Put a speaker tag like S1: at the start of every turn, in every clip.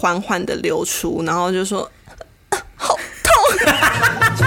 S1: 缓缓的流出，然后就说、啊好痛。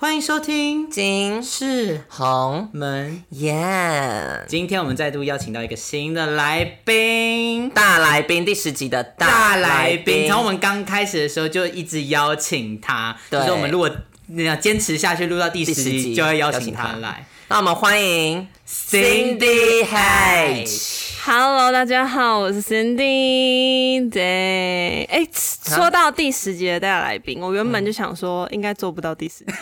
S2: 欢迎收听《
S1: 金
S2: 是
S1: 红
S2: 门》。
S1: 耶，
S2: 今天我们再度邀请到一个新的来宾，
S1: 大来宾第十集的
S2: 大
S1: 大
S2: 来
S1: 来
S2: 宾。
S1: 宾，
S2: 从我们刚开始的时候就一直邀请他，
S1: 对
S2: 就是我们如果你要坚持下去，录到第十
S1: 第十
S2: 集
S1: 集
S2: 就要邀
S1: 邀
S2: 请
S1: 请
S2: 他
S1: 他
S2: 来。
S1: 那我们欢迎
S2: Cindy
S1: H。
S3: Hello，大家好，我是 Cindy。对，哎、
S2: 啊
S3: 说到第十集的大来宾，我原本就想说应该做不到第十集，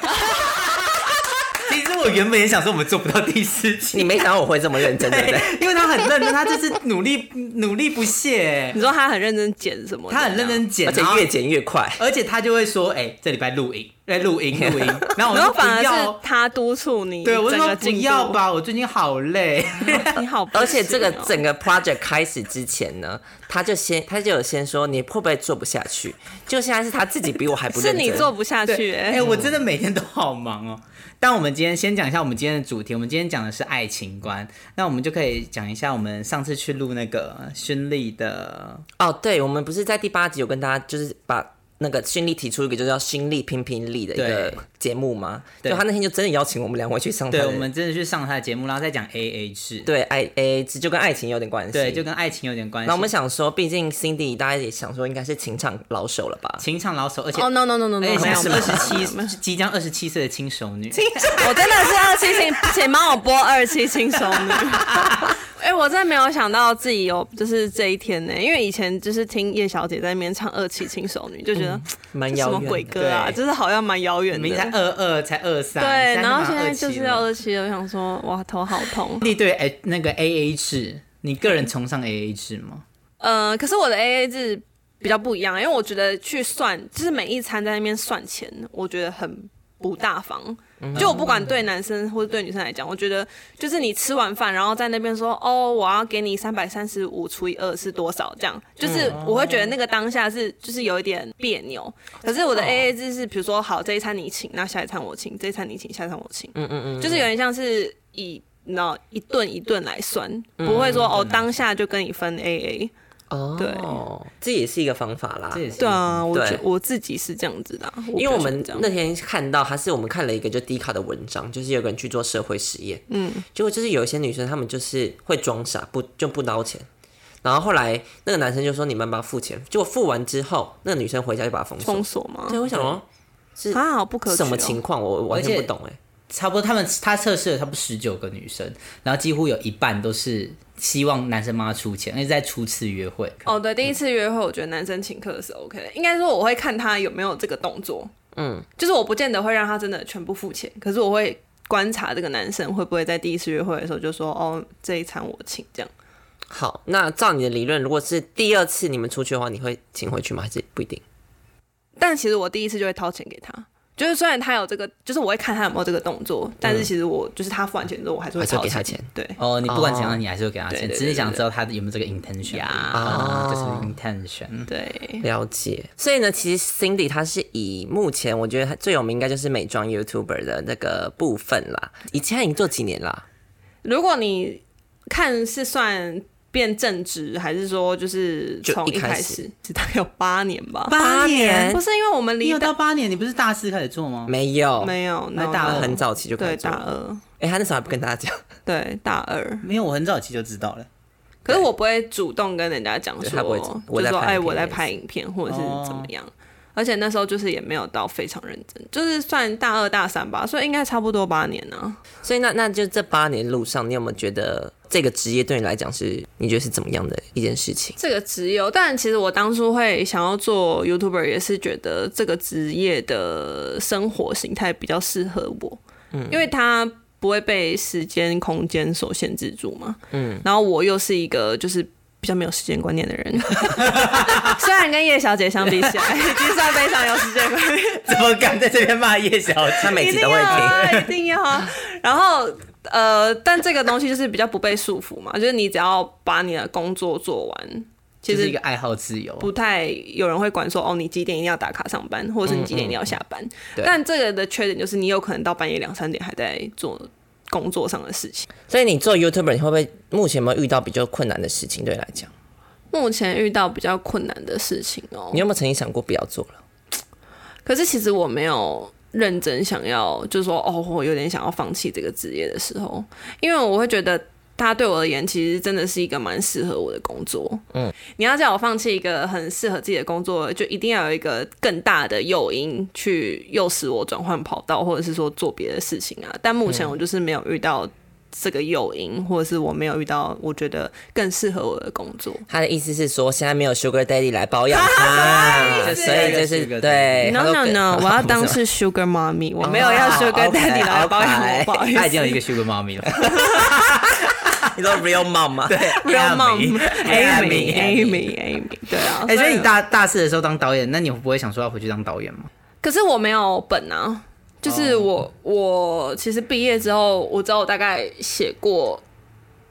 S2: 其实我原本也想说我们做不到第四
S1: 你
S2: 集，
S1: 没想到我会这么认真，对不对？
S2: 因为他很认真，他就是努力努力不 懈
S3: 你，说他很认真剪什么的？
S2: 他很认真剪，
S1: 而且
S2: 然后
S1: 越剪越快。
S2: 而且他就会说：“哎、这礼拜录影，哎，录 音，录音。”然后我
S3: 然
S2: 说
S3: 后：“反
S2: 不
S3: 而
S2: 要
S3: 是。他督促你，
S2: 对，我就
S3: 整
S2: 说
S3: 个
S2: 不
S3: 进度
S2: 要，吧，我最近好累。
S3: 你好不行哦、
S1: 而且这个整个 project 开始之前呢，他就先他就有先说你会不会做不下去？就现在是他自己比我还不
S3: 是
S1: 认真。
S3: 你做不下去、
S2: 哎、
S3: 哎，
S2: 我真的每天都好忙哦。但我们今天先讲一下我们今天的主题，我们今天讲的是爱情观，那我们就可以讲一下我们上次去录那个勋丽的，
S1: 哦，对，我们不是在第八集有跟大家就是把那个勋力提出一个就叫勋力拼拼力的一个
S2: 对
S1: 节目嘛，
S2: 对
S1: 就他那天就真的邀请我们两位去上他
S2: 对
S1: 的
S2: 我们真的去上他的节目，然后再讲 A A 制，
S1: 对哎爱诶，这就跟爱情有点关系，
S2: 对，就。跟爱情有点关系。
S1: 那我们想说，毕竟 Cindy 大家也想说应该是情场老手了吧？
S2: 情场老手，而且、
S3: 哦、no no no no no，,
S2: 而且
S3: no
S2: 现在我们二
S1: 没有
S2: 十七，即将二十七岁的轻熟女，
S3: 我真的是二七轻，请帮我播二七轻松女。 哎、我真的没有想到自己有就是这一天呢、因为以前就是听叶小姐在那边唱二七轻熟女，就觉得、
S1: 蛮
S3: 这什
S1: 遥
S3: 么
S1: 远
S3: 鬼
S1: 的
S3: 歌啊，
S2: 对
S3: 就是好像蛮遥远
S2: 明明才
S3: 的。
S2: 二二，才二三，
S3: 对，然后
S2: 三
S3: 现
S2: 马
S3: 在
S2: 二七
S3: 就是
S2: 了
S3: 要二七了，我想说哇头好痛。
S2: 你对哎那个 A A 制，你个人崇尚 A A 制吗？
S3: 呃，可是我的 AA 制比较不一样，因为我觉得去算就是每一餐在那边算钱，我觉得很不大方。就我不管对男生或者对女生来讲，我觉得就是你吃完饭，然后在那边说哦，我要给你三百三十五除以二是多少，这样就是我会觉得那个当下是就是有一点别扭。可是我的 AA 制是，比如说好这一餐你请，那下一餐我请，这一餐你请，下一餐我请，嗯嗯嗯，就是有点像是以。那一顿一顿来算，不会说哦，当下就跟你分 A A。
S1: 哦，
S3: 对，
S1: 这也是一个方法啦。
S2: 这也是
S3: 对啊，我
S1: 对
S3: 觉我自己是这样子的啊、
S1: 因为我们
S3: 比较喜欢这
S1: 那
S3: 样
S1: 天看到，还是我们看了一个就低卡的文章，就是有个人去做社会实验，嗯，结果就是有一些女生她们就是会装傻，不就不捞钱，然后后来那个男生就说你们帮他付钱，结果付完之后，那个女生回家就把他封锁
S3: 封，锁吗
S1: 所以？我想说是
S3: 啊，好不可取、哦、
S1: 什么情况，我我完全
S2: 而且
S1: 不懂哎、
S2: 差不多他们他测试了差不多十九个女生，然后几乎有一半都是希望男生帮她出钱，而且在初次约会。
S3: 哦，对，
S1: 嗯
S3: 第一次约会，我觉得男生请客是 OK 的。应该说，我会看他有没有这个动作。嗯，就是我不见得会让他真的全部付钱，可是我会观察这个男生会不会在第一次约会的时候就说：“哦，这一餐我请。”这样
S1: 好，那照你的理论，如果是第二次你们出去的话，你会请回去吗？还是不一定？
S3: 但其实我第一次就会掏钱给他，就是虽然他有这个，就是我会看他有没有这个动作，但是其实我就是他付完钱之后，我还是会
S1: 嗯还是
S3: 掏
S1: 会给他
S3: 钱。
S1: 钱
S3: 对，
S2: 哦，你不管怎
S1: 哦
S2: 样，你还是会给她
S3: 对
S2: 钱，
S3: 对
S2: 只是
S3: 对
S2: 想
S3: 对
S2: 知道她有没有这个 intention 而已。
S3: 呀
S2: 啊，就是
S1: 哦
S2: intention。
S3: 对，
S1: 了解，所以呢，其实 Cindy 她是以目前我觉得她最有名应该就是美妆 YouTuber 的那个部分啦。以前她已经做几年啦？
S3: 如果你看是算变正职，还是说就是
S1: 就
S3: 从
S1: 一
S3: 一开
S1: 开始
S3: 始， 大概有八年吧？
S1: 八年
S3: 不是因为我们
S2: 你
S3: 离
S2: 有到八年，你不是大四开始做吗？
S1: 没有，
S3: 没有，
S2: 那
S3: no，
S2: 大
S3: no
S1: 她很早期就开
S3: 对
S1: 始做
S3: 大。二，
S1: 哎、她那时候还不跟大家讲，
S3: 对大二。
S2: 没有，我很早期就知道了。
S3: 可是我不会主动跟人家讲
S1: 对
S3: 说，
S1: 他不会我
S3: 就
S1: 在
S3: 说
S1: 拍
S3: 哎
S1: 影片哦
S3: 我在
S1: 类似
S3: 拍影片或者是怎么样。而且那时候就是也没有到非常认真，就是算大二大三吧，所以应该差不多八年呢、啊
S1: 所以那那就这八年路上，你有没有觉得这个职业对你来讲是你觉得是怎么样的一件事情？
S3: 这个职业哦，但其实我当初会想要做 YouTuber，也是觉得这个职业的生活形态比较适合我，嗯，因为它不会被时间、空间所限制住嘛，嗯，然后我又是一个就是比较没有时间观念的人， 虽然跟叶小姐相比起来，已经算非常有时间观 念，
S2: 怎么敢在这边骂叶小姐？
S1: 她每
S3: 一
S1: 集
S3: 定
S1: 都
S3: 要
S1: 会听。
S3: 啊，一定要啊，然后。呃，但这个东西就是比较不被束缚嘛，就是你只要把你的工作做完，其
S2: 就是
S3: 实
S2: 一个爱好自由。
S3: 不太有人会管说哦，你几点一定要打卡上班，或者是你几点一定要下班。
S1: 对
S3: 但这个的缺点就是，你有可能到半夜两三点还在做工作上的事情。
S1: 所以你做 YouTuber，你会不会目前有没有遇到比较困难的事情？对你来讲，
S3: 目前遇到比较困难的事情哦、
S1: 你有没有曾经想过不要做了？
S3: 可是其实我没有认真想要，就是说哦，我有点想要放弃这个职业的时候，因为我会觉得它对我而言其实真的是一个蛮适合我的工作。嗯，你要叫我放弃一个很适合自己的工作，就一定要有一个更大的诱因去诱使我转换跑道，或者是说做别的事情啊。但目前我就是没有遇到。这个诱因，或者是我没有遇到我觉得更适合我的工作，
S1: 他的意思是说，现在没有 Sugar Daddy 来保 养
S3: 啊
S1: 他，所以就是
S2: Sugar daddy
S1: 对。
S3: No
S1: 他都
S3: no
S1: 给
S3: no，我 要当
S1: 不是
S3: 是 Sugar Mommy，我没
S2: 啊
S3: 有要 Sugar Daddy 来包养我，不好意
S2: 哎他已经有
S3: 思。
S2: 一个 Sugar 妈咪了。
S1: 你说 Real Mom 吗？对，
S3: Real
S2: Amy，Amy，
S3: Mom，Amy，Amy，对啊。
S2: 哎、所以
S3: 以
S2: 你大大四的时候当导演，那你不会想说要回去当导演吗？
S3: 可是我没有本啊，就是
S1: 哦
S3: 我我其实毕业之后，我知道我大概写过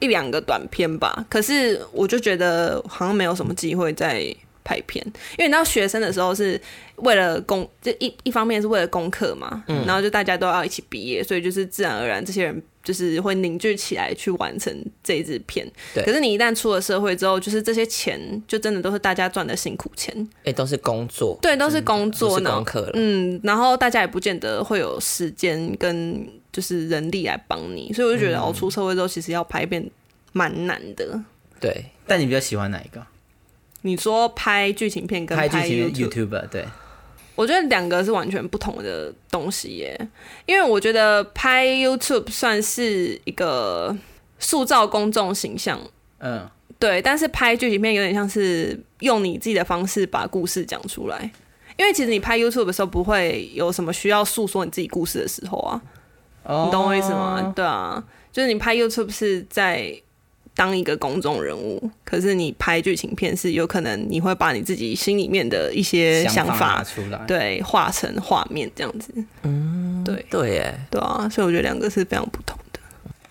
S3: 一两个短片吧，可是我就觉得好像没有什么机会再拍片，因为你知道学生的时候是为了功，就一一方面是为了功课嘛，
S1: 嗯
S3: 然后就大家都要一起毕业，所以就是自然而然这些人就是会凝聚起来去完成这一支片。
S1: 对
S3: 可是你一旦出了社会之后，就是这些钱就真的都是大家赚的辛苦钱，
S1: 哎，都是工作，
S3: 对，都是工
S1: 不
S3: 作
S1: 嗯是
S3: 呢，
S1: 功课了。
S3: 嗯，然后大家也不见得会有时间跟就是人力来帮你，所以我就觉得、哦，出社会之后其实要拍片蛮难的。
S1: 对，
S2: 但你比较喜欢哪一个？
S3: 你说拍剧情片跟
S2: 拍剧情
S3: YouTube
S2: YouTuber 对，
S3: 我觉得两个是完全不同的东西耶，因为我觉得拍 YouTube 算是一个塑造公众形象，
S2: 嗯，
S3: 对，但是拍剧情片有点像是用你自己的方式把故事讲出来，因为其实你拍 YouTube 的时候不会有什么需要诉说你自己故事的时候啊，
S2: 哦
S3: 你懂我意思吗？？对啊，就是你拍 YouTube 是在当一个公众人物，可是你拍剧情片是有可能你会把你自己心里面的一些想
S2: 法拿
S3: 法
S2: 出来，
S3: 对画成画面这样子。嗯，对
S1: 对耶，
S3: 对啊，所以我觉得两个是非常不同的。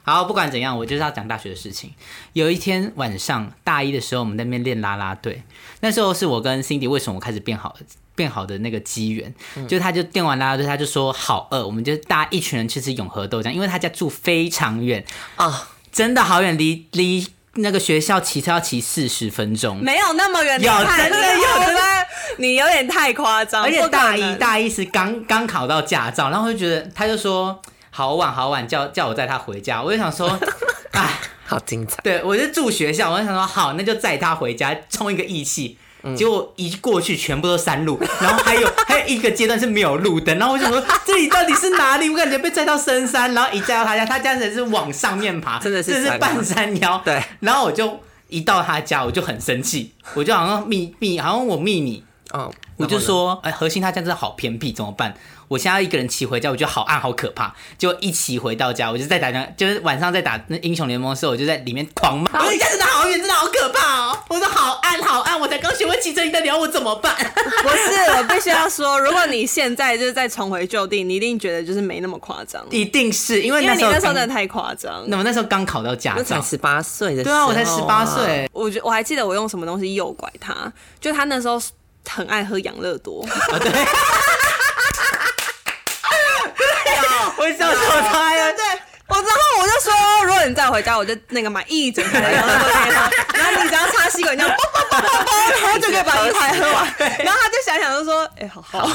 S2: 好，不管怎样，我就是要讲大学的事情。有一天晚上，大一的时候，我们在那边练啦啦队。那时候是我跟 Cindy 为什么我开始变好变好的那个机缘，
S3: 嗯
S2: 就他就练完啦啦队，他就说好饿，我们就大家一群人去吃永和豆浆，因为他家住非常远
S1: 啊，
S2: 真的好远，离离那个学校骑车要骑四十分钟。
S3: 没有那么远，
S2: 有真的有
S3: 真 的，你有点太夸张
S2: 而且
S1: 啊
S2: 大一
S3: 大
S2: 大一是刚刚考到驾照，然后就觉得他就说好晚好晚，叫叫我载他回家。我就想 说，哎。
S1: 好精彩。
S2: 对，我是住学校，我就想说好，那就载他回家，充一个义气。
S1: 嗯
S2: 结果一过去全部都山路，然后还有 还有一个阶段是没有路灯，然后我 想说这里到底是哪里？我感觉被载到深山，然后一载到他家，他家人是往上面爬，
S1: 真的是
S2: 这
S1: 山
S2: 是
S1: 啊
S2: 半山腰。
S1: 对，
S2: 然后我就一到他家我就很生气，我就好像密密，好像我密你，
S1: 哦，
S2: 我就
S1: 然后呢，
S2: 说，哎、核心他家真的好偏僻，怎么办？我现在一个人骑回家，我觉得好暗，好可怕。就一骑回到家，我就在打电话，就是晚上在打那英雄联盟的时候，我就在里面狂骂，哎我说你家真的好远，真的好可怕哦！我说好暗，好暗，我才刚学会骑车，你在聊我怎么办？
S3: 不是，我必须要说，如果你现在就是再重回旧地，你一定觉得就是没那么夸张，
S2: 一定是因为
S3: 因
S2: 那
S3: 为你
S2: 时候
S3: 那时候真
S2: 刚
S3: 的太夸张。
S2: 那我那时候刚考到驾
S1: 那才
S2: 照，
S1: 十八岁的，
S2: 对啊，我才十
S3: 哦
S2: 八，岁，
S3: 我觉我还记得我用什么东西诱拐他，就他那时候很爱喝养乐 多，
S2: 我笑死他呀！
S3: 我然后我就说，如果你再回家，我就那个买一整台的养乐多给 他，然后你只要插吸管，你这样啵啵啵啵啵，然后就可以把一台喝完， 然后他就想想就说，哎、好 好。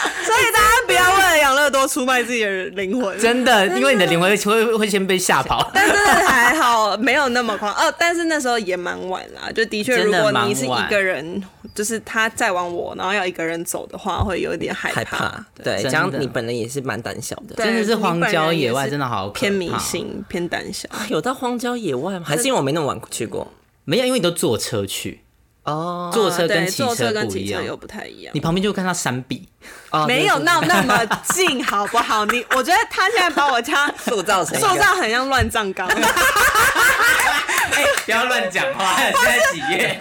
S3: 所以大家不要为了养乐多出卖自己的灵魂，
S2: 真的，因为你的灵魂会会会先被吓跑。
S3: 但真的还好，没有那么狂哦。但是那时候也蛮晚啦，就的确，
S2: 真
S3: 如
S2: 的
S3: 果
S2: 蛮
S3: 你是
S2: 晚
S3: 一个人，就是他载完我，然后要一个人走的话，会有点害
S1: 害
S3: 怕
S1: 怕。。对，
S2: 真
S1: 这样
S2: 的
S1: 你本人也是蛮胆小的。
S3: 对
S2: 真的是荒郊野
S3: 你本人也
S2: 外，
S3: 是
S2: 真的好可怕哦
S3: 偏迷信，偏胆小。
S1: 有到荒郊野外吗？还是因为我没那么晚去过？
S2: 没有，因为你都坐车去，
S1: 哦
S2: 坐车跟
S3: 啊对，
S2: 骑
S3: 坐车跟
S2: 不
S3: 骑
S2: 一
S3: 车
S2: 样。
S3: 又不太一样
S2: 你。旁边就会看到山壁，
S1: 哦
S3: 没有
S1: 对
S3: 闹那么近， 好不好？你，我觉得他现在把我 家
S1: 塑造成一
S3: 塑
S1: 个
S3: 造很像乱葬岗，因为
S2: 哎、不要乱讲话， 现在几月？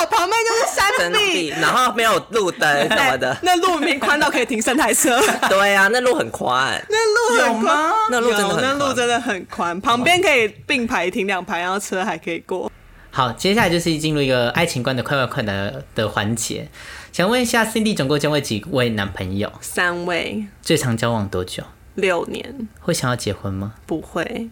S3: 我旁边就是山
S1: 真
S3: 壁。
S1: 壁，，然后没有路灯什么的
S3: 那路明宽到可以停三台车。
S1: 对啊，那路很宽。
S3: 那路很宽
S2: 有吗
S1: 那路真的很
S3: 有那
S1: 宽
S3: 路真的很宽，旁边可以并排停两排，然后车还可以过。
S2: 好，接下来就是进入一个爱情观的快问快答的环节。想问一下，Cindy 总共交过几位男朋友？
S3: 三位
S2: 最长交往多久？
S3: 六年，
S2: 会想要结婚吗？
S3: 不会，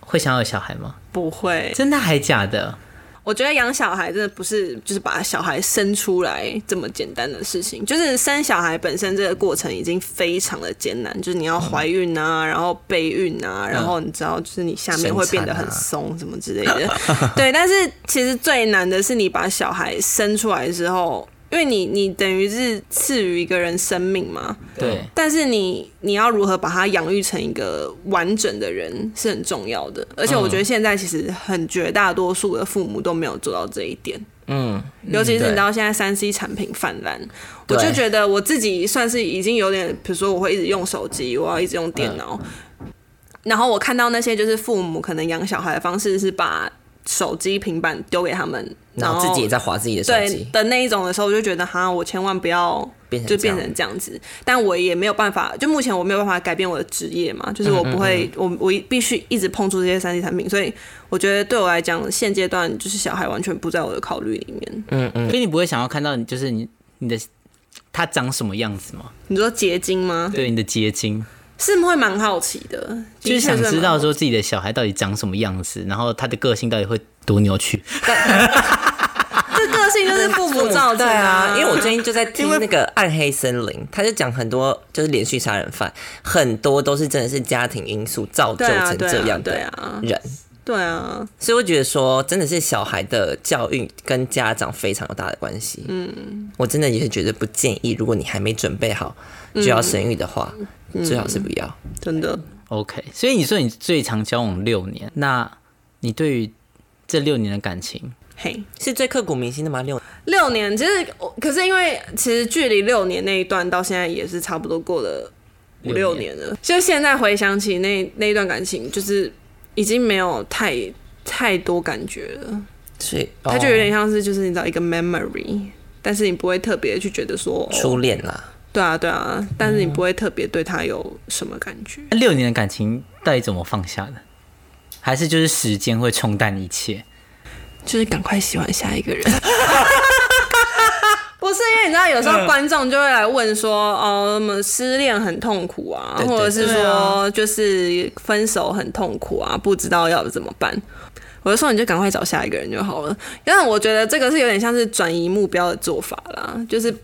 S2: 会想要有小孩吗？
S3: 不会。
S2: 真的还假的？
S3: 我觉得养小孩真的不是就是把小孩生出来这么简单的事情，就是生小孩本身这个过程已经非常的艰难，就是你要怀孕啊，然后备孕啊，然后你知道就是你下面会变得很松什么之类的，对。但是其实最难的是你把小孩生出来之后，因为你你等于是赐予一个人生命嘛，
S2: 对，
S3: 但是你你要如何把他养育成一个完整的人是很重要的，而且我觉得现在其实很绝大多数的父母都没有做到这一点，
S1: 嗯，
S3: 尤其是
S2: 对
S3: 你到现在三 C 产品泛滥，我
S1: 对
S3: 就觉得我自己算是已经有点，比如说我会一直用手机，我要一直用电脑，
S1: 嗯
S3: 然后我看到那些就是父母可能养小孩的方式是把手机、平板丢给他们，
S1: 然后自己也在划自己的手
S3: 对
S1: 机，
S3: 的那一种的时候，我就觉得哈，我千万不要
S1: 变成
S3: 就
S1: 这
S3: 变
S1: 样
S3: 成这样子。但我也没有办法，就目前我没有办法改变我的职业嘛，就是
S1: 嗯
S3: 我不会，我我一必须一直碰触这些三 C 产品，所以我觉得对我来讲，现阶段就是小孩完全不在我的考虑里面。
S1: 嗯
S2: 所以你不会想要看到你就是你你的他长什么样子吗？
S3: 你说结晶吗？
S2: 对，你的结晶，
S3: 是会蛮好奇的，
S2: 就是想知
S3: 的
S2: 道
S3: 确是蛮
S2: 说自己的小孩到底长什么样子，然后他的个性到底会多扭曲。
S3: 这个性就是父母造成
S1: 对 啊，因为我
S3: 最
S1: 最近就在听那个《暗黑森林》，他就讲很多就是连续杀人犯，很多都是真的是家庭因素造就
S3: 对啊
S1: 成
S3: 对
S1: 这
S3: 啊
S1: 样
S3: 对
S1: 的
S3: 啊
S1: 人，
S3: 对啊，
S1: 所以我觉得说真的是小孩的教育跟家长非常有大的关系。嗯，我真的也是觉得不建议，如果你还没准备好就要生育的话，
S3: 嗯
S1: 最好是不要。
S3: 真的
S2: OK，所以你说你最长交往六年，那你对于这六年的感情，
S3: 嘿。
S1: 是最刻骨铭心的吗？六
S3: 六年，其实我可是因为其实距离六年那一段到现在也是差不多过了五
S2: 六
S3: 六
S2: 年
S3: 年了。就现在回想起那那一段感情，就是已经没有太太多感觉了，
S1: 是，
S3: 它就有点
S1: 哦
S3: 像是就是你知道一个 memory，但是你不会特别去觉得说，
S1: 初
S3: 哦、
S1: 恋啦。
S3: 对啊对啊，但
S2: 嗯
S3: 是你不会特别对他有什么感觉。
S2: 那六年的感情到底怎么放下的？还是就是时间会冲淡一切？
S3: 就是赶快喜欢下一个人。 不是因为你知道，有时候观众就会来问说，哦，什么失恋很痛苦啊，
S1: 对对
S3: 或者是
S2: 对
S3: 说
S2: 啊
S3: 就是分手很痛苦啊，不知道要怎么办。我就说你就赶快找下一个人就好了。但我觉得这个是有点像是转移目标的做法啦，就是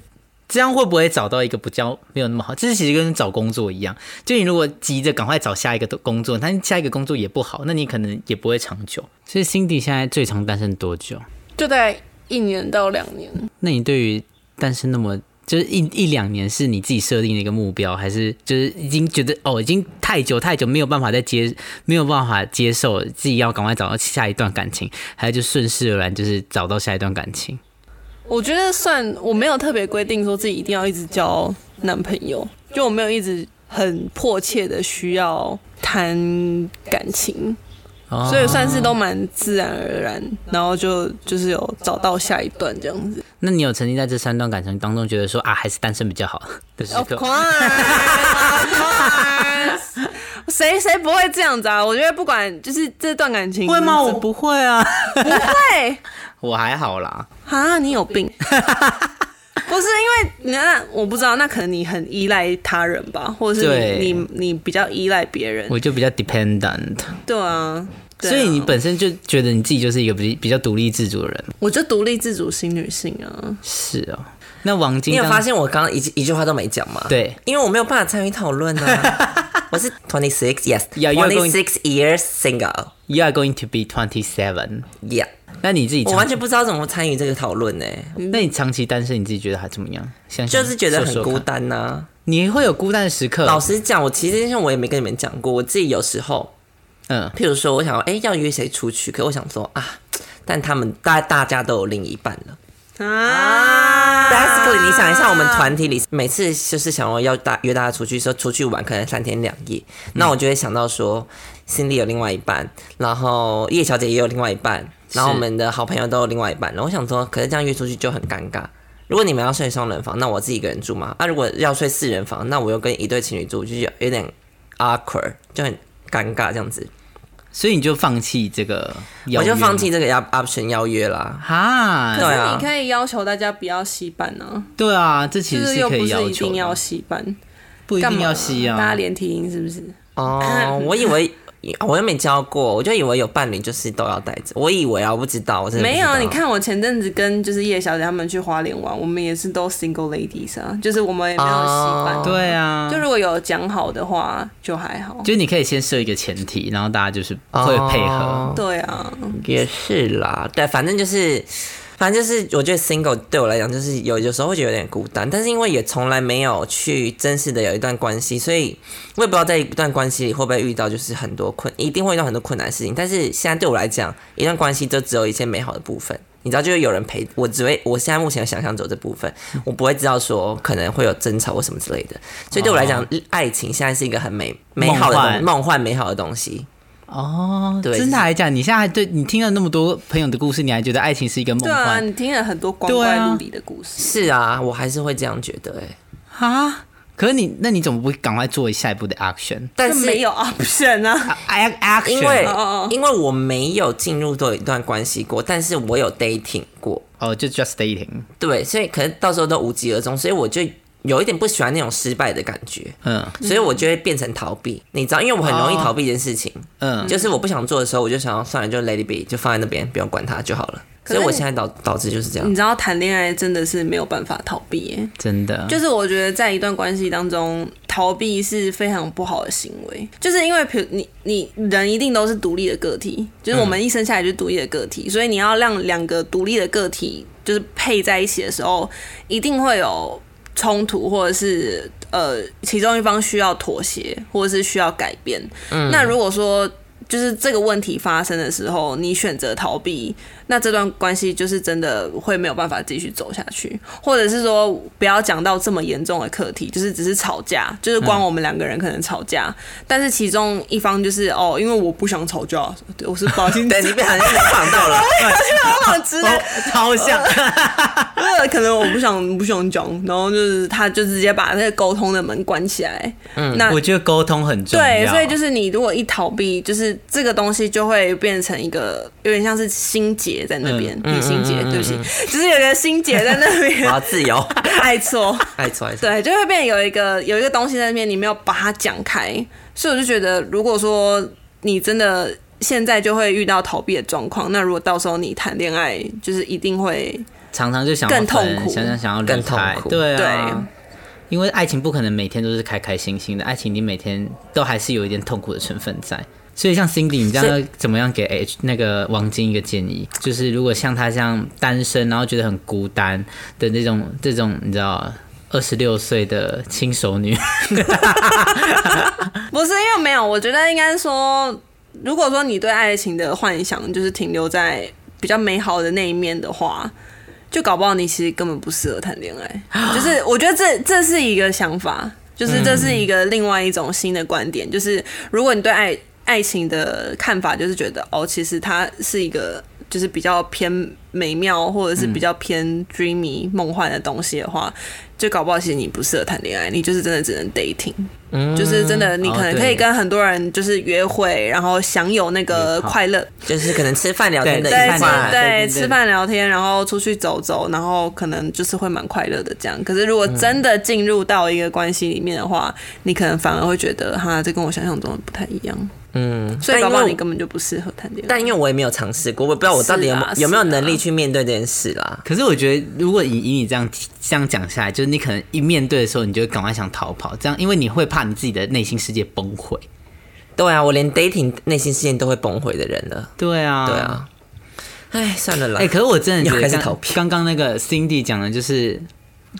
S2: 这样会不会找到一个比较没有那么好？这是其实跟找工作一样，就你如果急着赶快找下一个工作，但下一个工作也不好，那你可能也不会长久。所以 Cindy 现在最长单身多久？
S3: 就在一年到两年。
S2: 那你对于单身那么就是一一两年是你自己设定的一个目标，还是就是已经觉得哦，已经太久太久没有办法再接，没有办法接受自己要赶快找到下一段感情，还是就顺势而然就是找到下一段感情？
S3: 我觉得算我没有特别规定说自己一定要一直交男朋友，就我没有一直很迫切的需要谈感情，
S2: 哦
S3: 所以算是都蛮自然而然，然后就就是有找到下一段这样子。
S2: 那你有曾经在这三段感情当中觉得说啊，还是单身比较好 的时
S3: Of
S2: 刻？
S3: course，谁 谁不会这样子啊？我觉得不管就是这段感情
S2: 会吗？
S3: 是
S2: 我不会啊，
S3: 不会。
S2: 我还好啦。
S3: 啊，你有病！ 不是因为那我不知道，那可能你很依赖他人吧，或者是
S2: 对
S3: 你你你比较依赖别人
S2: 我，就比较 dependent，、
S3: 对啊。对啊
S2: 所以你本身就觉得你自己就是一个比比较独立自主的人。
S3: 我就独立自主型女性啊，
S2: 是哦，那王晶
S1: 你有
S2: 当
S1: 发现我刚刚一句一句话都没讲吗？，
S2: 对。
S1: 因为我没有办法参与讨论啊。 我是 twenty six, yes,
S2: Yeah, you're
S1: twenty
S2: going-
S1: six years single,
S2: You are going to be twenty seven。
S1: yeah。
S2: 那你自己
S1: 我
S2: 长，
S1: 完全不知道怎么参与这个讨论呢，
S2: 那你长期单身，你自己觉得还怎么样？想想
S1: 就是觉得很
S2: 说说
S1: 孤
S2: 看，嗯
S1: 单呐、
S2: 你会有孤单的时刻。
S1: 老实讲，我其实像我也没跟你们讲过，我自己有时候，
S2: 嗯，
S1: 譬如说我想要哎、要约谁出去，可我想说啊，但他们大大家都有另一半了。
S3: 啊
S1: Basically，你想一下，我们团体里每次就是想要要大约大家出去说出去玩，可能三天两夜，那
S2: 嗯
S1: 我就会想到说，心里有另外一半，然后叶小姐也有另外一半，然后我们的好朋友都有另外一半，然后我想说，可是这样约出去就很尴尬。如果你们要睡双人房，那我自己一个人住嘛；啊，如果要睡四人房，那我又跟一对情侣住，就有有点 awkward，就很尴尬这样子，
S2: 所以你就放弃这个邀
S1: 我
S2: 约吗，
S1: 就放弃这个邀 option 邀约啦。
S2: 哈。
S1: 对
S3: 那
S1: 啊
S3: 你可以要求大家不要洗版啊，
S2: 对啊，这其
S3: 就
S2: 实
S3: 又
S2: 可
S3: 不
S2: 以
S3: 是
S2: 要
S3: 一
S2: 求
S3: 定要
S2: 的。
S3: 洗版。
S2: 不一
S3: 干
S2: 定
S3: 嘛
S2: 要吸
S3: 大家
S2: 啊。
S3: 连体音是不是？
S1: 哦，我以为我又没教过，我就以为有伴侣就是都要带着，我以为啊，我不知道，我真的不
S3: 没
S1: 知
S3: 有
S1: 道
S3: 啊，你，看我前阵子跟就是叶小姐他们去花莲玩，我们也是都 single ladies 啊，就是我们也没有
S1: 哦
S3: 习惯。
S2: 对啊，
S3: 就如果有讲好的话，就还好。
S2: 就是你可以先设一个前提，然后大家就是会配合
S1: 哦。
S3: 对啊，
S2: 嗯
S1: 也是啦，对，反正就是。反正就是，我觉得 single 对我来讲，就是有有时候会觉得有点孤单，但是因为也从来没有去真实的有一段关系，所以我也不知道在一段关系里会不会遇到就是很多困，一定会遇到很多困难的事情。但是现在对我来讲，一段关系都只有一些美好的部分，你知道，就是有人陪我，只会我现在目前想象走这部分，我不会知道说可能会有争吵或什么之类的。所以对我来讲，爱情现在是一个很美美好的
S2: 梦
S1: 东
S2: 幻
S1: 梦幻美好的东西。
S2: 哦，
S1: 对
S2: 真的来讲，你现在还对你听了那么多朋友的故事，你还觉得爱情是一个梦
S3: 对啊，
S2: 幻
S3: 你听了很多光
S2: 对
S3: 怪
S2: 啊
S3: 陆离的故事。
S1: 是啊，我还是会这样觉得哎、
S2: 啊？可是你，那你怎么不赶快做下一步的 action？
S1: 但
S3: 就是 没有 option 啊，
S2: 哎 action，
S1: 因为
S3: 哦哦哦
S1: 因为我没有进入到一段关系过，但是我有 dating 过，
S2: 哦，就 just dating，
S1: 对，所以可能到时候都无疾而终，所以我就有一点不喜欢那种失败的感觉，
S2: 嗯
S1: 所以我就会变成逃避，你知道，因为我很容易逃避一件事情，
S2: 嗯，
S1: 就是我不想做的时候，我就想要算了，就 let it be，就放在那边，不用管它就好了。
S3: 可
S1: 所
S3: 是
S1: 以我
S3: 你
S1: 现在导导致就是这样
S3: 你，知道谈恋爱真的是没有办法逃避耶。
S2: 真的，
S3: 就是我觉得在一段关系当中，逃避是非常不好的行为，就是因为比如你你人一定都是独立的个体，就是我们一生下来就是独立的个体，所以你要让两个独立的个体就是配在一起的时候，一定会有冲突或者是呃其中一方需要妥协或者是需要改变。那如果说就是这个问题发生的时候，你选择逃避，那这段关系就是真的会没有办法继续走下去，或者是说不要讲到这么严重的课题，就是只是吵架，就是光我们两个人可能吵架，但是其中一方就是哦，因为我不想吵架，对我是不小心
S1: 对你不小心想 到了，
S3: 好直
S2: 哦
S3: 男，
S2: 超像，
S3: 那可能我不想不想讲，然后就是他就直接把那个沟通的门关起来，嗯，那
S2: 我觉得沟通很重要，
S3: 对，所以就是你如果一逃避，就是这个东西就会变成一个有点像是心结在那边，嗯、心结，对不起，就是有一个心结在那
S1: 我
S3: 边，
S1: 要自由，
S3: 爱错，
S1: 爱错爱错，
S3: 对，就会变有一个有一个东西在那边，你没有把它讲开，所以我就觉得，如果说你真的现在就会遇到逃避的状况，那如果到时候你谈恋爱，就是一定会
S2: 常常就想要
S3: 更痛
S2: 分
S3: 苦
S2: 想想想要离
S1: 更痛
S2: 开
S1: 苦
S2: 对啊
S3: 对。
S2: 因为爱情不可能每天都是开开心心的，爱情你每天都还是有一点痛苦的成分在。所以像 Cindy，你这
S1: 所
S2: 样怎么样给 H 那个王晶一个建议？就是如果像他这样单身，然后觉得很孤单的那种这种，你知道二十六岁的轻熟女，
S3: 不是因为没有，我觉得应该是说，如果说你对爱情的幻想就是停留在比较美好的那一面的话，就搞不好你其实根本不适合谈恋爱。就是我觉得这这是一个想法，就是这是一个另外一种新的观点，就是如果你对爱爱情的看法就是觉得哦，其实它是一个就是比较偏美妙或者是比较偏 dreamy 梦幻的东西的话，就搞不好其实你不适合谈恋爱，你就是真的只能 dating。就是真的，你可能可以跟很多人就是约会，然后享有那个快乐，
S1: 就是可能吃饭聊天的
S2: 对
S3: 对
S2: 吃
S1: 一
S3: 吃
S1: 块
S2: 饭，对对
S3: 对
S2: 对
S3: 吃饭聊天，然后出去走走，然后可能就是会蛮快乐的这样。可是如果真的进入到一个关系里面的话，你可能反而会觉得哈，这跟我想象中的不太一样，
S1: 嗯，
S3: 所以
S1: 但因
S3: 搞不好
S1: 为
S3: 你根本就不适合谈恋爱。
S1: 但因为我也没有尝试过，我也不知道我到底有没
S3: 是啊
S1: 有有没有
S3: 是啊
S1: 能力去面对这件事啦。
S2: 可是我觉得如果以以你这样这样讲下来，就是你可能一面对的时候，你就会赶快想逃跑，这样因为你会怕你自己的内心世界崩溃。
S1: 对啊，我连 dating 内心世界都会崩溃的人了。
S2: 对啊，
S1: 对啊，哎，算了啦。
S2: 哎、可是我真的觉
S1: 又
S2: 得
S1: 开始
S2: 刚
S1: 逃避
S2: 刚刚那个 Cindy 讲的就是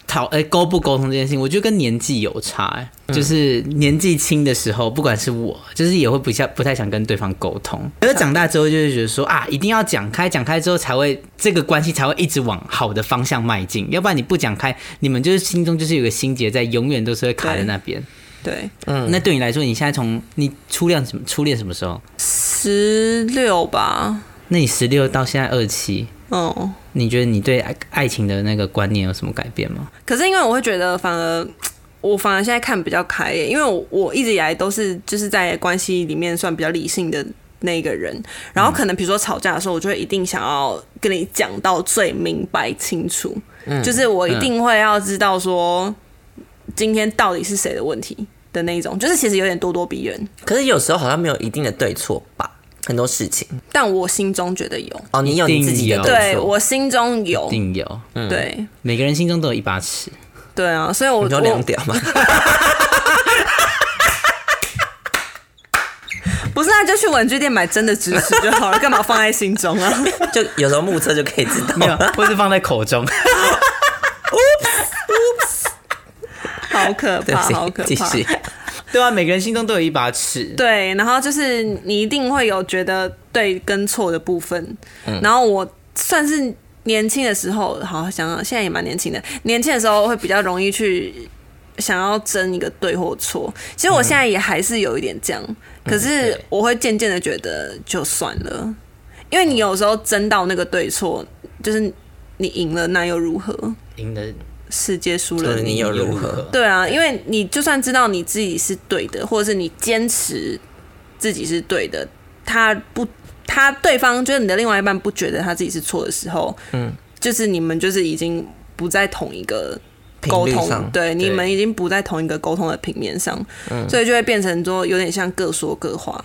S2: 讨哎、沟不沟通这件事情，我觉得跟年纪有差、哎就是年纪轻的时候，不管是我，就是也会比较不太想跟对方沟通。可是长大之后，就会觉得说啊，一定要讲开，讲开之后才会这个关系才会一直往好的方向迈进，要不然你不讲开，你们就是心中就是有个心结在，永远都是会卡在那边。
S3: 对
S2: 那对你来说，你现在从你初恋什么初恋什么时候？
S3: 十六吧，
S2: 那你十六到现在二十七，
S3: 嗯。
S2: 你觉得你对爱爱情的那个观念有什么改变吗？
S3: 可是因为我会觉得，反而我反而现在看比较开耶，因为我我一直以来都是就是在关系里面算比较理性的那一个人，然后可能比如说吵架的时候，我就会一定想要跟你讲
S1: 嗯
S3: 到最明白清楚，就是我一定会要知道说。今天到底是谁的问题的那一种，就是其实有点咄咄逼人。
S1: 可是有时候好像没有一定的对错吧，很多事情
S3: 但我心中觉得有，
S1: 哦，你有你自己的
S2: 一定有
S1: 对
S3: 对
S1: 错，
S3: 我心中有
S2: 一，定有，
S3: 对
S2: 每个人心中都有一把尺。
S3: 对啊，所以我
S1: 你说
S3: 我
S1: 两点嘛，
S3: 不是啊，就去文具店买真的知识就好了，干嘛放在心中啊？
S1: 就有时候目测就可以知
S2: 没
S1: 道
S2: 有
S1: 了。，
S2: 或是放在口中。
S3: 好可
S1: 对
S3: 怕， 好
S1: 不
S3: 可
S1: 起，继
S3: 怕。
S1: 续。
S2: 对啊，每个人心中都有一把尺。
S3: 对，然后就是你一定会有觉得对跟错的部分。
S1: 嗯
S3: 然后我算是年轻的时候，好想想现在也蛮年轻的，年轻的时候会比较容易去想要争一个对或错。其实我现在也还是有一点这样，
S1: 嗯
S3: 可是
S2: 对
S3: 我会渐渐的觉得就算了，因为你有时候争到那个对错，就是你赢了那又如何？
S2: 赢的
S3: 世界输了
S1: 就是你
S3: 你
S1: 又如
S2: 如
S1: 何？
S2: 何？
S3: 对啊，因为你就算知道你自己是对的，或者是你坚持自己是对的，他不，他对方就是你的另外一半不觉得他自己是错的时候，嗯，就是你们就是已经不在同一个沟
S1: 频率
S3: 通，
S1: 上，
S3: 对，嗯你
S2: 对
S3: 们已经不在同一个沟通的平面上，所以就会变成说有点像各说各话。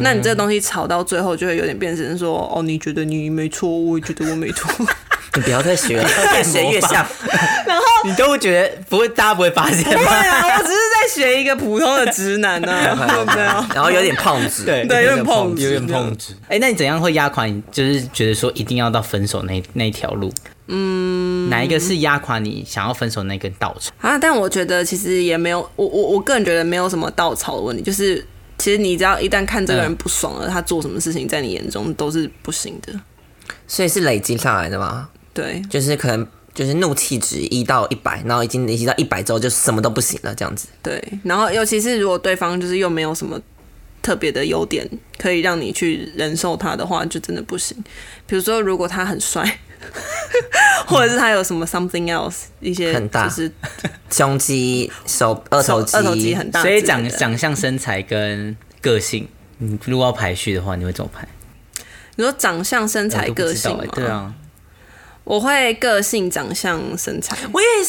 S3: 那你这个东西吵到最后，就会有点变成说，哦，你觉得你没错，我也觉得我没错，
S1: 你不要再学了，越学越像。
S2: 你都会觉得不会，大家不会发现
S3: 对
S2: 吗？
S3: 啊，我只是在学一个普通的直男呢、 啊，对啊。
S1: 然后有点胖子，
S2: 对
S3: 对有点碰
S2: 有点
S3: 瓷这样
S2: 碰瓷。哎、那你怎样会压垮你？就是觉得说一定要到分手那那一条路？嗯，哪一个是压垮你想要分手那根稻草？
S3: 啊，但我觉得其实也没有，我我我个人觉得没有什么稻草的问题，就是其实你只要一旦看这个
S2: 嗯
S3: 人不爽了，他做什么事情在你眼中都是不行的。
S1: 所以是累积上来的嘛，
S3: 对
S1: 就是可能就是怒气值一到一百，然后已经累积到一百之后，就什么都不行了，这样子。
S3: 对，然后尤其是如果对方就是又没有什么特别的优点可以让你去忍受他的话，就真的不行。比如说，如果他很帅， 或者是他有什么 something else 一些
S1: 很大
S3: 就是
S1: 胸肌、手、二头肌、
S3: 二头肌很大之
S2: 所
S3: 类
S2: 以
S3: 的，
S2: 长长相、身材跟个性，你如果要排序的话，你会怎么排？
S3: 你说长相、身材、
S2: 我都不
S3: 个
S2: 知道
S3: 性
S2: 哎
S3: 嘛，
S2: 对，啊，
S3: 我会个性、长相、身材。
S1: 我也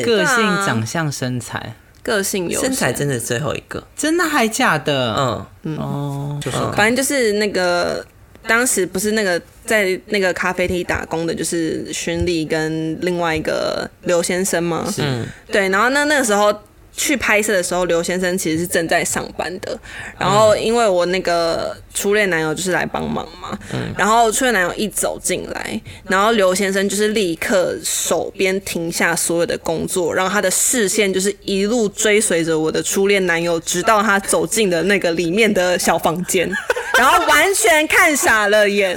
S1: 是，
S2: 个性、
S3: 啊
S2: 长相、身材，
S3: 个性有
S1: 身材
S3: 限
S1: 真的是最后一个。
S2: 真的还假的？
S1: 嗯，
S2: 哦，就是
S3: 反正就是那个当时不是那个在那个咖啡厅打工的，就是勋丽跟另外一个刘先生吗？
S1: 嗯
S3: 对，然后那那个时候去拍摄的时候，刘先生其实是正在上班的。然后因为我那个初恋男友就是来帮忙嘛，
S1: 嗯
S3: 然后初恋男友一走进来，然后刘先生就是立刻手边停下所有的工作，然后他的视线就是一路追随着我的初恋男友，直到他走进了那个里面的小房间，然后完全看傻了眼。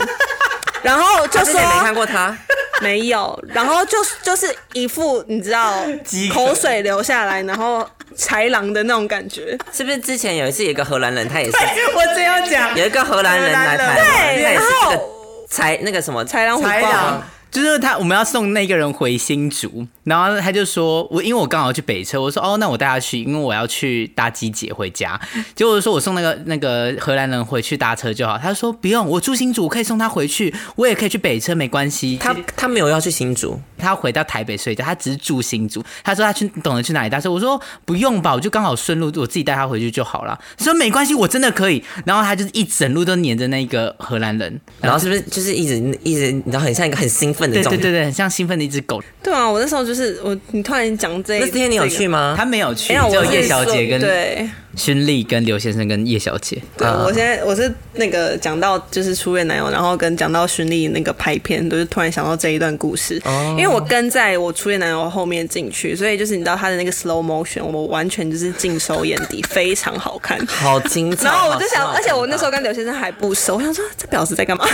S3: 然后就
S1: 之
S3: 说
S1: 前没看过他，
S3: 没有，然后就就是一副你知道
S2: 饥渴
S3: 口水流下来，然后豺狼的那种感觉。
S1: 是不是之前有一次有一个荷兰人，他也是
S2: 我正要讲
S1: 有一个荷兰人来台湾，他
S3: 对，
S1: 也
S3: 然
S1: 是这个
S3: 后
S1: 才那个什么
S3: 豺狼虎
S2: 豺
S3: 豹
S2: 狼
S3: 嘛，。
S2: 就是他，我们要送那个人回新竹，然后他就说，我因为我刚好去北车，我说哦，那我带他去，因为我要去搭机姐回家。结果我说我送那个那个荷兰人回去搭车就好，他说不用，我住新竹，我可以送他回去，我也可以去北车，没关系。
S1: 他
S2: 他
S1: 他没有要去新竹，
S2: 他回到台北睡觉，他只是住新竹。他说他去懂得去哪里搭车，我说不用吧，我就刚好顺路，我自己带他回去就好了。他说没关系，我真的可以。然后他就是一整路都黏着那个荷兰人，
S3: 嗯
S1: 然后是不是就是一直一直，你知道很像一个很兴奋的
S2: 对
S1: 状
S2: 对
S1: 态。
S2: 对对，很像兴奋的一只狗。
S3: 对啊，我那时候就是我，你突然讲这一
S1: 那天你有
S3: 这个
S1: 去吗？
S2: 他没有去，
S3: 没有，
S2: 只有
S3: 哎我是
S2: 叶小姐
S3: 说
S2: 跟
S3: 对
S2: 勋丽跟刘先生跟叶小姐。
S3: 对，
S1: 啊
S3: 我现在我是那个讲到就是初恋男友，然后跟讲到勋丽那个拍片，都、是突然想到这一段故事，
S1: 哦
S3: 因为我跟在我初恋男友后面进去，所以就是你知道他的那个 slow motion，我完全就是尽收眼底，非常好 看。
S1: 好精彩！
S3: 然后我就想，
S1: 好
S3: 而且我那时候跟刘先生还不熟，我想说这婊子在干嘛？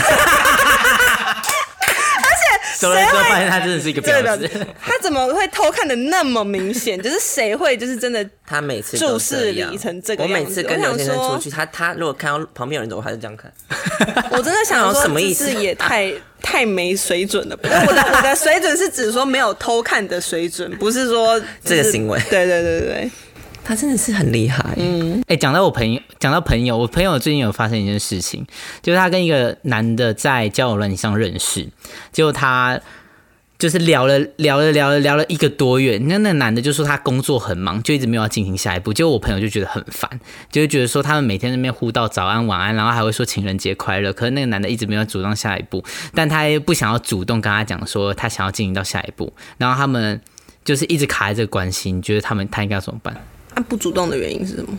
S2: 走了之后发现他真的是一个
S3: 这
S2: 婊
S3: 婊子
S2: 子。
S3: 他怎么会偷看的那么明显？就是谁会就是真 的？
S1: 他每次都这样
S3: 注视你成这个
S1: 我
S3: 样子
S1: 每次跟刘先生
S3: 我想
S1: 出
S3: 说
S1: 去，他他如果看到旁边有人走，他就这样看。
S3: 我真的想说，
S1: 什么意思
S3: 这也太太没水准了吧。我 的我的水准是指说没有偷看的水准，不是说
S1: 这个行为
S3: 对对对对对，
S1: 他真的是很厉害，嗯，
S2: 哎，讲到我朋友，讲到朋友，我朋友最近有发生一件事情，就是他跟一个男的在交友软件上认识，结果他就是聊了聊了聊了聊了一个多月，那那男的就说他工作很忙，就一直没有要进行下一步。结果我朋友就觉得很烦，就会觉得说他们每天在那边互道早安晚安，然后还会说情人节快乐。可是那个男的一直没有主动下一步，但他也不想要主动跟他讲说他想要进行到下一步，然后他们就是一直卡在这个关系。你觉得他们他应该要怎么办？
S3: 啊，不主动的原因是什么？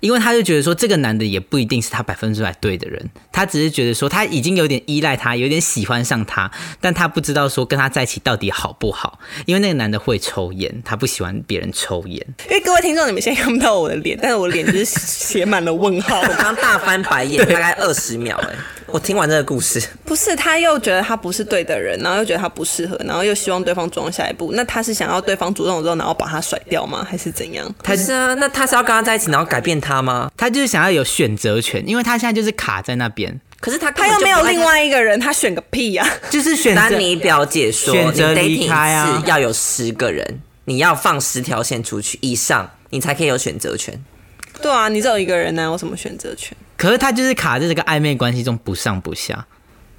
S2: 因为他就觉得说，这个男的也不一定是他百分之百对的人，他只是觉得说他已经有点依赖他，有点喜欢上他，但他不知道说跟他在一起到底好不好，因为那个男的会抽烟，他不喜欢别人抽烟。
S3: 因为各位听众，你们现在看不到我的脸，但是我的脸就是写满了问 号。
S1: 我刚大翻白 眼大概二十秒哎、我听完这个故事，
S3: 不是，他又觉得他不是对的人，然后又觉得他不适合，然后又希望对方主动下一步。那他是想要对方主动之后，然后把他甩掉吗？还是怎样？
S1: 他是啊，那他是要跟他在一起，然后改变他吗？
S2: 他就是想要有选择权，因为他现在就是卡在那边，
S1: 可是他
S3: 他又没有另。外一个人，他选个屁啊呀、
S2: 就是选择
S1: 丹尼表姐说，
S2: 选择
S1: 你 dating
S2: 离开啊
S1: 一次要有十个人，你要放十条线出去以上，你才可以有选择权。
S3: 对啊，你只有一个人，哪有什么选择权？
S2: 可是他就是卡在这个暧昧关系中不上不下。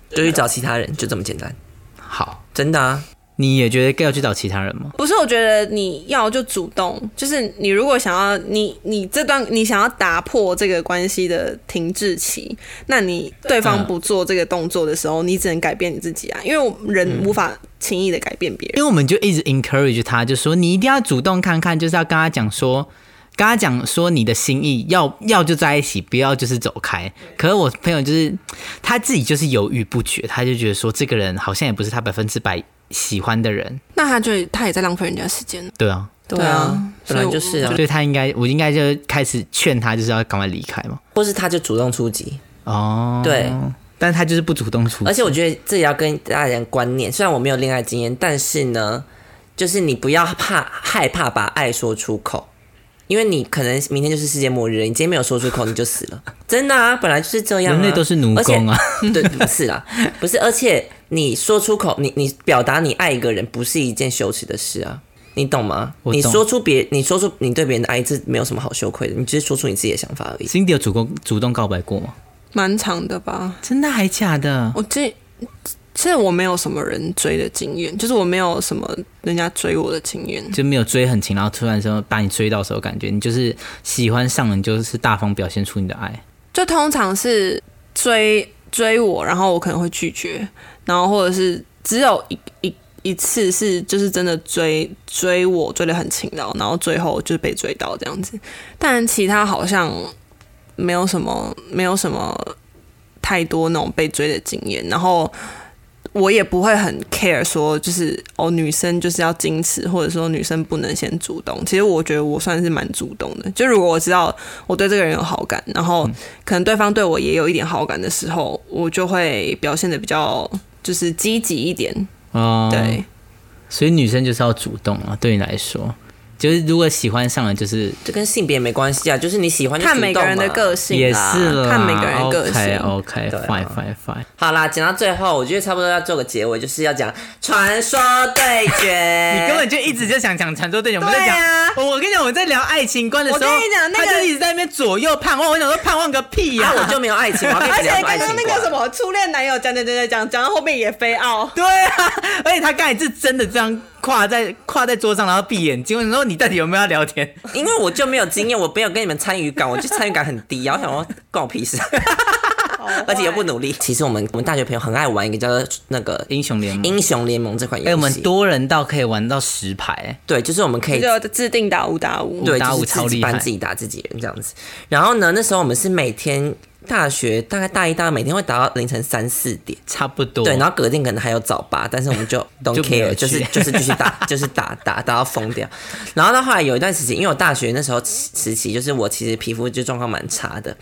S1: 就去找其他人，就这么简单。
S2: 好，
S1: 真的啊，
S2: 你也觉得要去找其他人吗？
S3: 不是，我觉得你要就主动，就是你如果想要你你这段你想要打破这个关系的停滞期，那你对方
S2: 嗯
S3: 不做这个动作的时候，你只能改变你自己啊，因为我们人无法轻易的改变别人。
S2: 因为我们就一直 encourage 他，就说你一定要主动看看，就是要跟他讲说，跟他讲说你的心意，要要就在一起，不要就是走开。可是我朋友就是他自己就是犹豫不决，他就觉得说这个人好像也不是他百分之百喜欢的人，
S3: 那他就他也在浪费人家时间。
S2: 对啊，
S3: 对
S1: 啊本来就是啊
S2: 所以他应该我应该就开始劝他，就是要赶快离开嘛。
S1: 或是他就主动出击。
S2: 哦，
S1: 对，
S2: 但他就是不主动出击，
S1: 而且我觉得这也要跟大家讲观念，虽然我没有恋爱经验，但是呢，就是你不要怕害怕把爱说出口，因为你可能明天就是世界末日了，你今天没有说出口你就死了，真的啊，本来就是这样、啊，
S2: 人类都是奴工啊，
S1: 而且，对，不是啦，不是，而且你说出口，你你表达你爱一个人，不是一件羞耻的事啊。你懂吗？
S2: 我懂
S1: 你说出别，你说出你对别人的爱，这没有什么好羞愧的，你只是说出你自己的想法而已。
S2: Cindy 有主动主动告白过吗？
S3: 蛮长的吧？
S2: 真的还假的？
S3: 我这其实我没有什么人追的经验，就是我没有什么人家追我的经验。
S2: 就没有追很勤，然后突然说把你追到的时候，感觉你就是喜欢上了，你就是大方表现出你的爱。
S3: 就通常是追追我，然后我可能会拒绝，然后或者是只有一一一次是就是真的追追我追的很勤劳，然后最后就是被追到这样子，但其他好像没有什么没有什么太多那种被追的经验，然后。我也不会很 care 说，就是哦，女生就是要矜持，或者说女生不能先主动。其实我觉得我算是蛮主动的，就如果我知道我对这个人有好感，然后可能对方对我也有一点好感的时候，我就会表现的比较就是积极一点。
S2: 哦，
S3: 对，，
S2: 所以女生就是要主动啊，对你来说，就是如果喜欢上了，就是
S1: 这跟性别没关系啊，就是你喜欢就
S3: 看
S1: 主
S3: 每个
S1: 动
S3: 人的
S1: 嘛
S3: 个性
S2: 也
S3: 啦
S2: 是哦了，
S3: 看每个人的个性。
S2: OK
S1: 对
S2: OK
S1: 啊
S2: fine fine fine。
S1: 好啦，讲到最后，我觉得差不多要做个结尾，就是要讲传说对决。
S2: 你根本就一直就想讲传说对决，我们在
S3: 哎对
S2: 讲
S3: 啊，
S2: 我我跟你讲，我们在聊爱情观的时候，
S3: 我跟你讲那个
S2: 他就一直在那边左右盼望，我想说盼望个屁呀、
S1: 啊，我 就没有爱情，我
S2: 哦
S1: 要被
S3: 而
S1: 别
S3: 且
S1: 人
S3: 刚
S1: 爱情
S3: 刚那个
S1: 观
S3: 什么初恋男友讲讲讲讲讲讲到后面也非 傲，
S2: 对啊，而且他刚才是真的这样跨在跨在桌上，然后闭眼睛，我想说你到底有没有要聊天？
S1: 因为我就没有经验，我没有跟你们参与感，我就参与感很低啊。我想说，关我屁事，而且又不努力。其实我们我们大学朋友很爱玩一个叫做那个
S2: 英雄联盟，
S1: 英雄联盟这款游
S2: 哎、
S1: 戏，
S2: 我们多人到可以玩到十排、
S1: 对，就是我们可以
S3: 就制定打五打五。
S1: 对，
S2: 打
S1: 就是
S2: 五超
S1: 自己
S2: 厉
S1: 班
S2: 害
S1: 自己打自己人这样子。然后呢，那时候我们是每天大学大概大一、大二每天会打到凌晨三四点。
S2: 差不多。
S1: 对，然后隔天可能还有早八，但是我们 就 don't
S2: 就没有
S1: care，就是
S2: 去
S1: 就是继续打， 就是打打打到疯掉。然后到后来有一段时期，因为我大学那时候时期，就是我其实皮肤就状况蛮差的。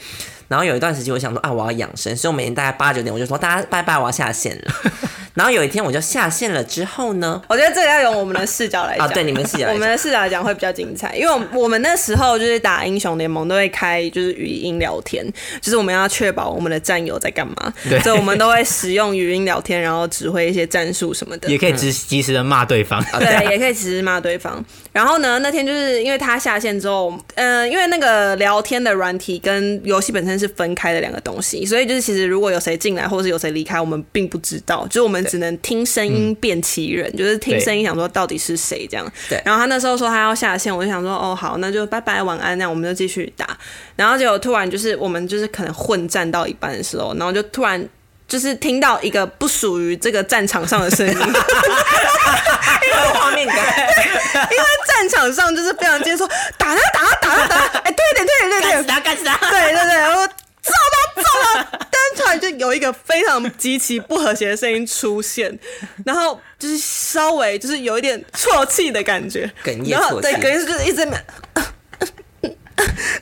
S1: 然后有一段时期，我想说啊，我要养生，所以我每天大概八九点我就说大家拜拜，我要下线 了。然后有一天我就下线了之后呢，
S3: 我觉得这个要用我们的视角来讲、
S1: 嗯啊对你们视角来讲
S3: 我们的视角来讲会比较精彩，因为我们我们那时候就是打英雄联盟都会开就是语音聊天，就是我们要确保我们的战友在干嘛，
S2: 对
S3: 所以我们都会使用语音聊天，然后指挥一些战术什么的，
S2: 也可以
S1: 嗯
S2: 及及时的骂对方。
S1: 啊
S3: 对，也可以直接骂对方。然后呢，那天就是因为他下线之后，嗯、因为那个聊天的软体跟游戏本身生是分开的两个东西，所以就是其实如果有谁进来，或者是有谁离开，我们并不知道，就是我们只能听声音辨其人，就是听声音想说到底是谁这样。
S1: 对
S3: 然后他那时候说他要下线，我就想说哦好，那就拜拜晚安，那我们就继续打。然后结果突然就是我们就是可能混战到一半的时候，然后就突然。就是听到一个不属于这个战场上的声音，因为
S1: 有画面感，
S3: 战场上就是非常接受打他打他打他打他，哎、对对对对对，
S2: 干死他，干死他！
S3: 对对对，然后揍他揍他，但是突然就有一个非常极其不和谐的声音出现，然后就是稍微就是有一点啜泣的感觉，
S1: 哽咽
S3: 然后
S1: 啜
S3: 对，哽
S1: 泣。
S3: 咽就是一直在那边。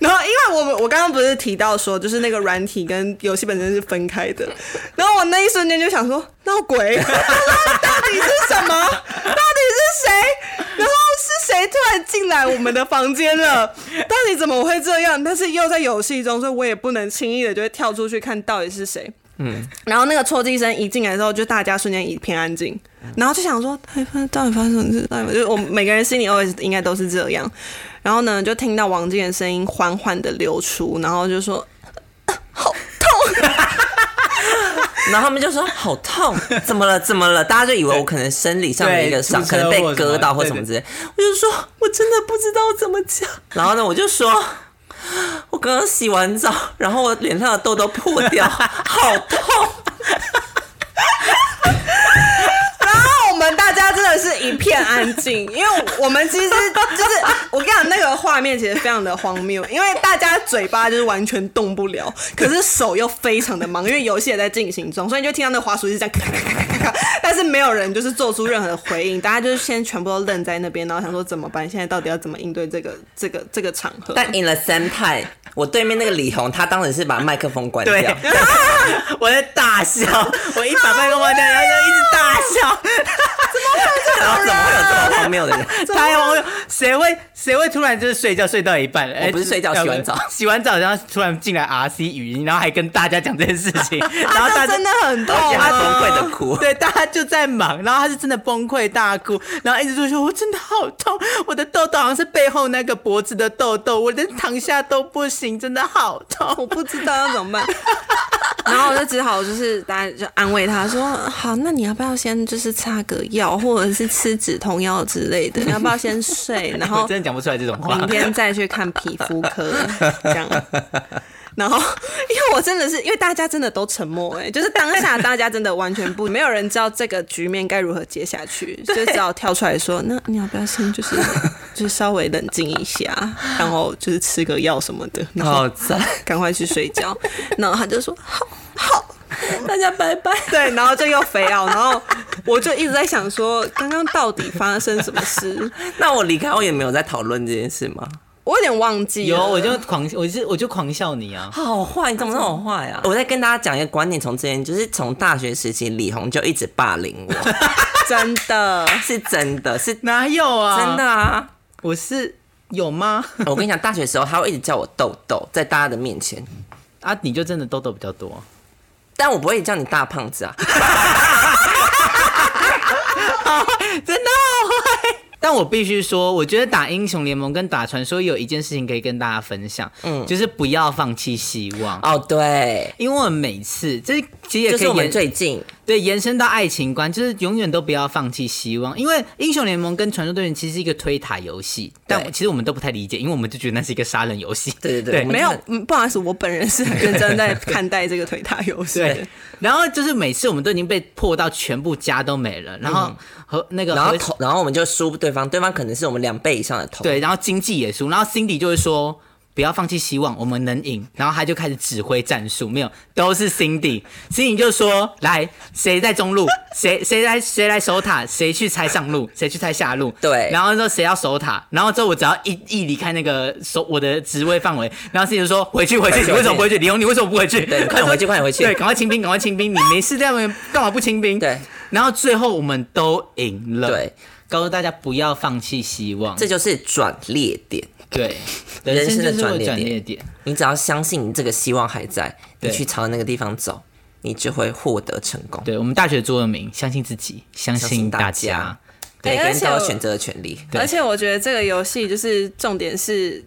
S3: 然后，因为我们我刚刚不是提到说，就是那个软体跟游戏本身是分开的，然后我那一瞬间就想说，闹鬼， 到底是什么？到底是谁？然后是谁突然进来我们的房间了？到底怎么会这样？但是又在游戏中，所以我也不能轻易的就会跳出去看到底是谁。嗯，然后那个戳击声一进来之后，就大家瞬间一片安静，然后就想说，哎，到底发生什么事？到底就是我们每个人心里 always 应该都是这样。然后呢，就听到王静的声音缓缓的流出，然后就说
S1: 然后他们就说好痛，怎么了？怎么了？大家就以为我可能生理上的一个伤，
S2: 对
S1: 可能被割到或
S2: 出车祸什么
S1: 什么之类。我就说我真的不知道怎么讲。然后呢，我就说。我刚刚洗完澡，然后我脸上的痘痘破 掉，好痛！：“
S3: 那我们大家真的是一片安静，因为我们其实就是我跟你讲，那个画面其实非常的荒谬，因为大家嘴巴就是完全动不了，可是手又非常的忙，因为游戏也在进行中，所以你就听到那个滑鼠是这样咔咔咔咔咔咔，但是没有人就是做出任何的回应，大家就是先全部都愣在那边，然后想说怎么办，现在到底要怎么应对这个这个这个场合？
S1: 但 in the same time，我对面那个李红，他当然是把麦克风关掉，
S2: 我在大笑，我一把麦克风掉，然后就一直大 笑。
S1: 然后怎么会有这么荒谬 的人？
S2: 太荒谬！谁会谁会突然就是睡觉睡到一半？哎
S1: 不是睡觉
S2: 就是
S1: 洗完澡
S2: 洗完澡然后突然进来 RC 语音，然后还跟大家讲这件事 情，然后
S1: 啊
S2: 大
S3: 这
S2: 家
S3: 真的很痛、
S1: 而且他崩
S3: 啊，
S1: 溃的 哭，
S2: 对，大家就在忙，然后他是真的崩溃大哭，然后一直就说：“我真的好痛，我的痘痘好像是背后那个脖子的痘痘，我连躺下都不行，真的好
S3: 我
S2: 痛。
S3: 不知道要怎么办。 然后我就只好就是大家就安慰他说：“好，那你要不要先就是擦个药，或者是吃止痛药之类的？你要不要先睡？然”
S2: 我
S3: 后
S2: 真的讲不出来这种话
S3: 明，天再去看皮肤科，这样。然后，因为我真的是，因为大家真的都沉默、哎，就是当下大家真的完全不，没有人知道这个局面该如何接下去，就只好跳出来说：“那你要不要先就是就是稍微冷静一下，然后就是吃个药什么的，然后
S1: 好赞！
S3: 赶快去睡觉。 然后他就说好好，大家拜拜。对，然后就又肥奥，然后我就一直在想说，刚刚到底发生什么事？
S1: 那我离开后也没有在讨论这件事吗？
S3: 我有点忘记了
S2: 有我就狂，我就我就狂笑你啊！
S1: 好坏，你怎么那么坏啊？我再跟大家讲一个观念，从之前就是从大学时期，李红就一直霸凌 我，
S3: 真的，
S1: 是真的，是真
S2: 哪有啊？
S1: 的，啊！
S2: 我是有吗？
S1: 我跟你讲，大学时候他会一直叫我豆豆，在大家的面前，
S2: 啊，你就真的痘痘比较多。
S1: 但我不会叫你大胖子啊。
S2: 真的好坏。但我必须说，我觉得打英雄联盟跟打传说有一件事情可以跟大家分享，嗯，就是不要放弃希望。
S1: 哦，对，
S2: 因为我们每次，这其实也
S1: 就
S2: 可以
S1: 是我们
S2: 延
S1: 最近
S2: 对延伸到爱情观，就是永远都不要放弃希望。因为英雄联盟跟传说对决其实是一个推塔游戏，但
S1: 对
S2: 其实我们都不太理解，因为我们就觉得那是一个杀人游戏。
S1: 对对对
S2: 对
S1: 我们
S3: 没有
S1: 真的，
S3: 嗯不好意思，我本人是很认真在看待这个腿踏游 戏的
S2: 对。，然后就是每次我们都已经被迫到全部家都没了，然后和那个
S1: 嗯然后
S2: 和
S1: 头，然后我们就输对方，对方可能是我们两倍以上的头。，
S2: 对，然后经济也输，然后 Cindy 就会说。不要放弃希望，我们能赢。然后他就开始指挥战术，没有，都是 Cindy，Cindy 就说：“来，谁在中路，谁谁来谁来守塔，谁去拆上路，谁去拆下路。”
S1: 对
S2: 然后说谁要守塔，然后之后我只要一一离开那个守我的职位范围，然后 Cindy 就说：“回去，回去，
S1: 回去
S2: 你为什么不回去？李红，你为什么不回去？
S1: 对 你快点回去快点回去
S2: 对，赶快清兵，赶快清兵！你没事这样干嘛不清兵？
S1: 对。
S2: 然后最后我们都赢了。
S1: 对，
S2: 告诉大家不要放弃希望。
S1: 这就是转捩点。
S2: 对，
S1: 人
S2: 人
S1: 生
S2: 生
S1: 的
S2: 就是
S1: 转
S2: 我
S1: 捩
S2: 转
S1: 点
S2: 捩点。
S1: 你只要相信你这个希望还在，你
S2: 对
S1: 去朝那个地方走，你就会获得成功。
S2: 对我们大学座右铭：相信自己，相
S1: 相信
S2: 信
S1: 大
S2: 大
S1: 家
S2: 家。
S1: 每
S3: 哎
S1: 个人都
S3: 而
S1: 有
S3: 且我
S1: 选择的权利。
S2: 对
S3: 而且我觉得这个游戏就是重点是，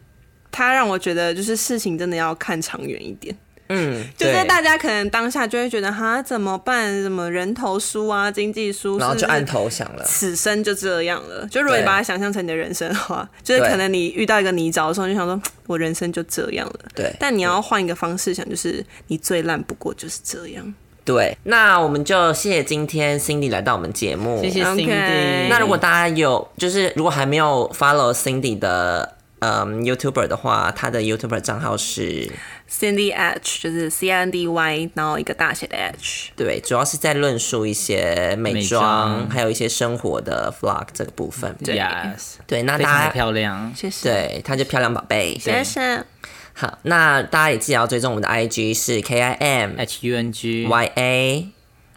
S3: 它让我觉得就是事情真的要看长远一点。
S1: 嗯，
S3: 就是
S1: 对
S3: 大家可能当下就会觉得哈怎么办？什么人头输啊，经济输，
S1: 然后
S3: 是
S1: 就
S3: 不是
S1: 按投降了。
S3: 此生就这样了。就如果你
S1: 对
S3: 把它想象成你的人生的话，就是
S1: 对
S3: 可能你遇到一个泥沼的时候，你就想说，嗯我人生就这样了。
S1: 对
S3: 但你要换一个方式想，就是你最烂不过就是这样。
S1: 对，那我们就谢谢今天 Cindy 来到我们节目，
S2: 谢谢
S3: OK
S2: Cindy。
S1: 那如果大家有，就是如果还没有 follow Cindy 的嗯 YouTuber 的话，她的 YouTuber 账号是
S3: Cindy H 就是 C I N D Y，然后一个大写的 H。
S1: 对，主要是在论述一些美
S2: 美
S1: 妆，
S2: 妆
S1: 还有一些生活的 vlog 这个部分。
S2: y e s
S1: 对，那
S2: 非常
S1: 大
S2: 的
S1: 家
S2: 漂亮。
S3: 谢谢。，
S1: 对，她就漂亮宝贝。
S3: 谢谢。
S1: 好，那大家也记得要追踪我们的 IG 是 K I M
S2: H U N G
S1: Y A。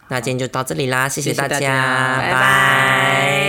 S1: 那今天就到这里啦，谢
S2: 谢谢
S1: 大
S2: 大家
S1: 拜拜。